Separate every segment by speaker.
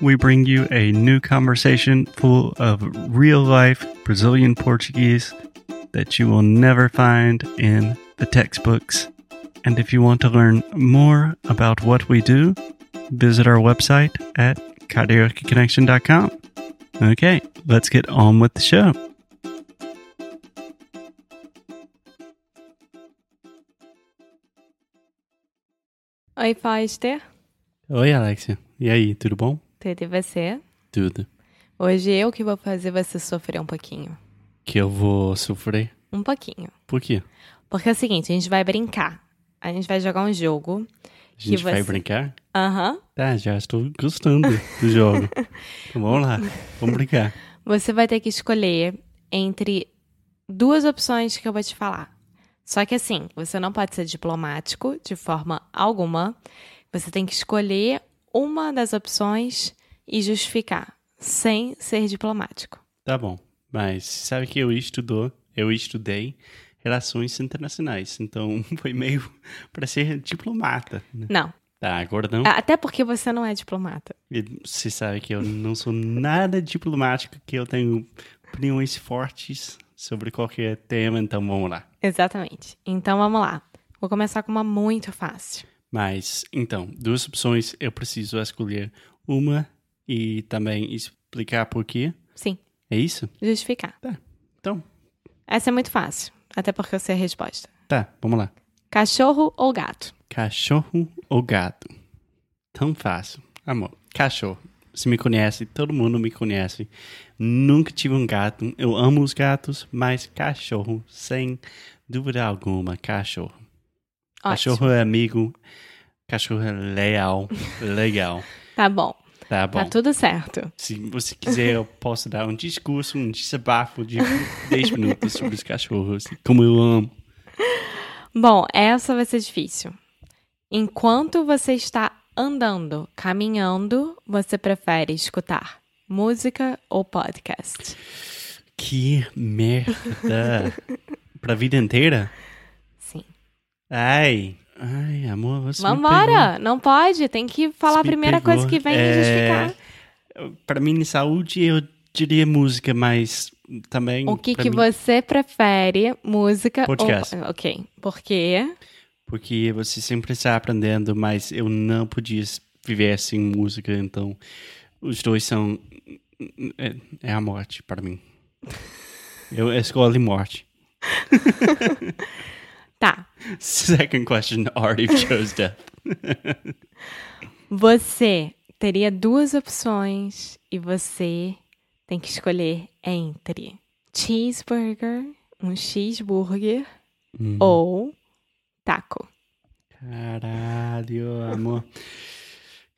Speaker 1: we bring you a new conversation full of real life Brazilian Portuguese that you will never find in the textbooks. And if you want to learn more about what we do, visit our website at cariocaconnection.com. Okay, let's get on with the show.
Speaker 2: Oi, Foster.
Speaker 1: Oi, Alexia. E aí, tudo bom?
Speaker 2: Tudo e você?
Speaker 1: Tudo.
Speaker 2: Hoje eu que vou fazer você sofrer um pouquinho.
Speaker 1: Que eu vou sofrer.
Speaker 2: Um pouquinho.
Speaker 1: Por quê?
Speaker 2: Porque é o seguinte, a gente vai brincar. A gente vai jogar um jogo.
Speaker 1: A gente vai
Speaker 2: você-
Speaker 1: brincar?
Speaker 2: Aham.
Speaker 1: Tá, já estou gostando do jogo. então vamos lá, vamos brincar.
Speaker 2: Você vai ter que escolher entre duas opções que eu vou te falar. Só que assim, você não pode ser diplomático de forma alguma. Você tem que escolher uma das opções e justificar, sem ser diplomático.
Speaker 1: Tá bom, mas sabe que eu estudou, eu estudei relações internacionais, então foi meio para ser diplomata. né?
Speaker 2: Não.
Speaker 1: Tá, agora não.
Speaker 2: A- Até porque você não é diplomata.
Speaker 1: E Você sabe que eu não sou nada diplomático, que eu tenho opiniões fortes sobre qualquer tema, então vamos lá.
Speaker 2: Exatamente. Então vamos lá. Vou começar com uma muito fácil.
Speaker 1: Mas, então, duas opções, eu preciso escolher uma e também explicar por quê.
Speaker 2: Sim,
Speaker 1: É isso?
Speaker 2: justificar.
Speaker 1: Então,
Speaker 2: Essa é muito fácil. Até porque eu sei a resposta.
Speaker 1: tá, vamos lá.
Speaker 2: Cachorro ou gato?
Speaker 1: Cachorro ou gato? Tão fácil. Amor, cachorro. Você me conhece, todo mundo me conhece. Nunca tive um gato. Eu amo os gatos, mas cachorro, sem dúvida alguma, cachorro.
Speaker 2: Ótimo.
Speaker 1: Cachorro é amigo, cachorro é leal, legal.
Speaker 2: Tá bom.
Speaker 1: Tá bom.
Speaker 2: Tá tudo certo.
Speaker 1: Se você quiser, eu posso dar um discurso, um desabafo de 10 minutos sobre os cachorros, como eu amo.
Speaker 2: Bom, essa vai ser difícil. Enquanto você está andando, caminhando, você prefere escutar música ou podcast?
Speaker 1: Que merda! pra vida inteira?
Speaker 2: Sim.
Speaker 1: Ai, ai, amor, você me
Speaker 2: Vambora! Não pode, tem que
Speaker 1: pegou.
Speaker 2: falar a
Speaker 1: Você me
Speaker 2: primeira coisa
Speaker 1: pegou.
Speaker 2: que vem
Speaker 1: É,
Speaker 2: e justificar.
Speaker 1: Pra mim, saúde, eu diria música, mas também...
Speaker 2: O que,
Speaker 1: pra
Speaker 2: que
Speaker 1: mim-
Speaker 2: você prefere, música
Speaker 1: Podcast.
Speaker 2: ou... Ok, porque...
Speaker 1: Porque você sempre está aprendendo, mas eu não podia viver sem música, então os dois são. É, é a morte para mim. Eu escolho morte.
Speaker 2: Tá,
Speaker 1: Second question already chose death.
Speaker 2: você teria duas opções e você tem que escolher entre cheeseburger, um cheeseburger
Speaker 1: Hum.
Speaker 2: ou taco.
Speaker 1: Caralho, amor.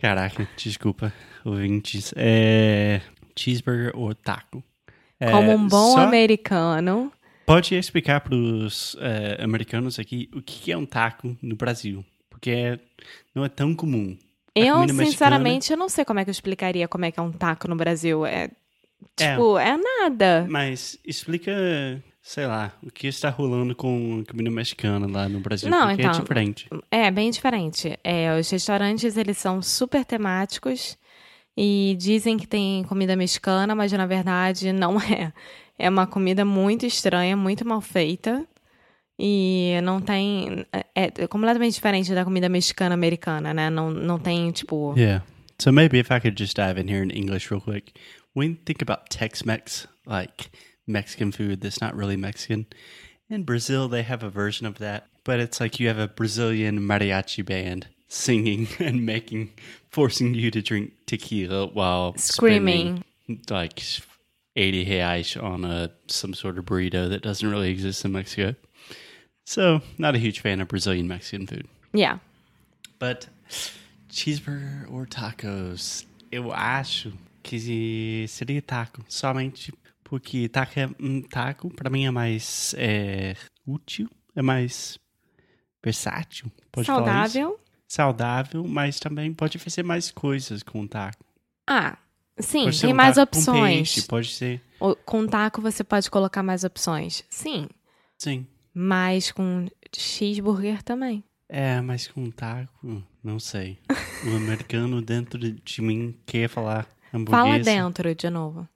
Speaker 1: Caraca, desculpa, ouvintes. É. Cheeseburger ou taco? É,
Speaker 2: Como um bom
Speaker 1: só-
Speaker 2: americano,
Speaker 1: Pode explicar para os americanos aqui o que que é um taco no Brasil? Porque é- não é tão comum. A
Speaker 2: eu
Speaker 1: comida mexicana- né?
Speaker 2: sinceramente eu não sei como é que eu explicaria como é que é um taco no Brasil. É tipo, é nada.
Speaker 1: Mas explica, sei lá, o que está rolando com a comida mexicana lá no Brasil.
Speaker 2: Não,
Speaker 1: porque é
Speaker 2: então,
Speaker 1: diferente.
Speaker 2: É bem diferente. É, os restaurantes eles são super temáticos e dizem que tem comida mexicana, mas na verdade não é. É uma comida muito estranha, muito mal feita e não tem é, é completamente diferente da comida mexicana americana, né? Não, não tem tipo
Speaker 1: Yeah. So maybe if I could just dive in here in English real quick. When you think about Tex-Mex, like Mexican food that's not really Mexican, in Brazil they have a version of that, but it's like you have a Brazilian mariachi band singing and making, forcing you to drink tequila while
Speaker 2: Screaming.
Speaker 1: spending, like eighty reais on a some sort of burrito that doesn't really exist in Mexico. So not a huge fan of Brazilian Mexican food.
Speaker 2: yeah.
Speaker 1: But cheeseburger or tacos? Eu acho que seria taco, somente Porque taco, é, um taco pra mim é mais é, útil, é mais versátil. Pode falar isso?
Speaker 2: Saudável.
Speaker 1: Saudável, mas também pode fazer mais coisas com o taco.
Speaker 2: Ah, sim,
Speaker 1: pode ser
Speaker 2: tem
Speaker 1: um
Speaker 2: mais
Speaker 1: taco com
Speaker 2: opções.
Speaker 1: peixe, tipo. pode ser.
Speaker 2: O- Com taco você pode colocar mais opções. Sim,
Speaker 1: Sim.
Speaker 2: mas com cheeseburger também.
Speaker 1: É, mas com taco, não sei. O americano dentro de- de mim quer falar hamburguesa.
Speaker 2: Fala dentro de novo.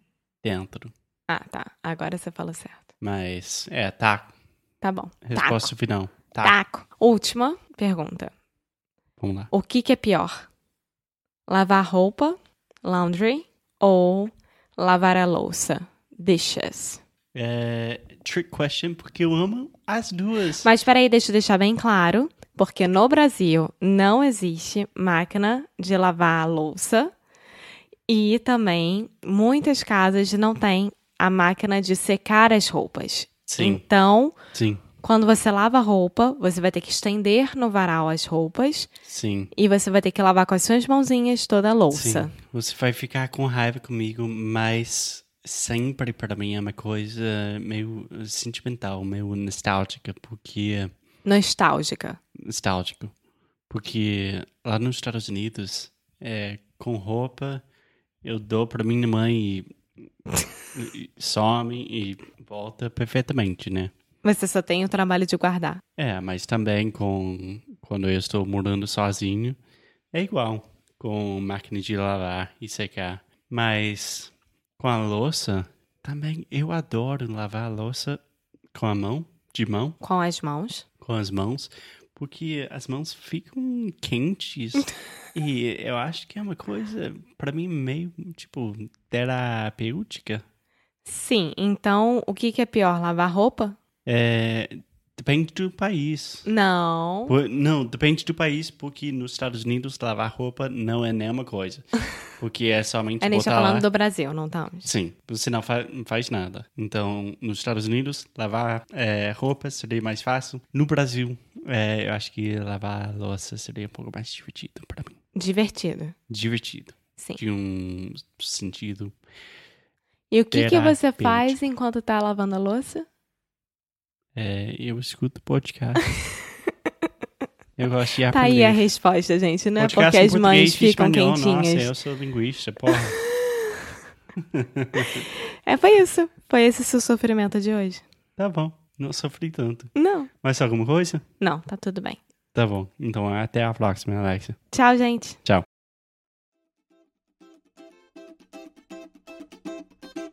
Speaker 1: Dentro.
Speaker 2: Ah, tá. Agora você fala certo.
Speaker 1: Mas, é, taco.
Speaker 2: Tá bom.
Speaker 1: Resposta final. Taco.
Speaker 2: Taco. Taco. Última pergunta.
Speaker 1: Vamos lá.
Speaker 2: O que, que é pior? Lavar roupa, laundry, ou lavar a louça, dishes?
Speaker 1: É, trick question, porque eu amo as duas.
Speaker 2: Mas peraí, deixa eu deixar bem claro, porque no Brasil não existe máquina de lavar a louça e também muitas casas não têm a máquina de secar as roupas.
Speaker 1: Sim,
Speaker 2: Então,
Speaker 1: sim,
Speaker 2: quando você lava a roupa, você vai ter que estender no varal as roupas
Speaker 1: sim.
Speaker 2: e você vai ter que lavar com as suas mãozinhas toda a louça.
Speaker 1: Sim. Você vai ficar com raiva comigo, mas sempre para mim é uma coisa meio sentimental, meio nostálgica, porque
Speaker 2: Nostálgica.
Speaker 1: nostálgico. Porque lá nos Estados Unidos, é, com roupa, eu dou pra minha mãe e, e some e volta perfeitamente, né?
Speaker 2: Você só tem o trabalho de guardar.
Speaker 1: É, mas também com quando eu estou morando sozinho, é igual com máquina de lavar e secar. Mas com a louça, também eu adoro lavar a louça com a mão, de mão,
Speaker 2: Com as mãos.
Speaker 1: com as mãos, porque as mãos ficam quentes. e eu acho que é uma coisa, pra mim, meio, tipo, terapêutica.
Speaker 2: Sim, então o que, que é pior? Lavar roupa?
Speaker 1: É, depende do país.
Speaker 2: Não.
Speaker 1: Po- Não, depende do país, porque nos Estados Unidos lavar roupa não é nenhuma coisa. Porque é somente
Speaker 2: A gente tá
Speaker 1: botar lá.
Speaker 2: falando do Brasil, não estamos?
Speaker 1: Sim, você não fa- não faz nada. Então, nos Estados Unidos, lavar é, roupa seria mais fácil. No Brasil, é, eu acho que lavar louça seria um pouco mais divertido pra mim.
Speaker 2: Divertido.
Speaker 1: Divertido.
Speaker 2: Sim.
Speaker 1: De um sentido.
Speaker 2: E o que, que você
Speaker 1: Terapêutico.
Speaker 2: faz enquanto tá lavando a louça?
Speaker 1: É, eu escuto podcast. eu gosto de aprender.
Speaker 2: Tá aí a resposta, gente, né?
Speaker 1: Podcast
Speaker 2: Porque
Speaker 1: em
Speaker 2: as
Speaker 1: português
Speaker 2: mães
Speaker 1: e
Speaker 2: ficam
Speaker 1: espanhol. Nossa,
Speaker 2: quentinhas.
Speaker 1: eu sou linguista, porra.
Speaker 2: É, foi isso. Foi esse seu sofrimento de hoje.
Speaker 1: Tá bom, não sofri tanto.
Speaker 2: Não.
Speaker 1: Mais alguma coisa?
Speaker 2: Não, tá tudo bem.
Speaker 1: Tá bom, então até a próxima, Alexa.
Speaker 2: Tchau, gente.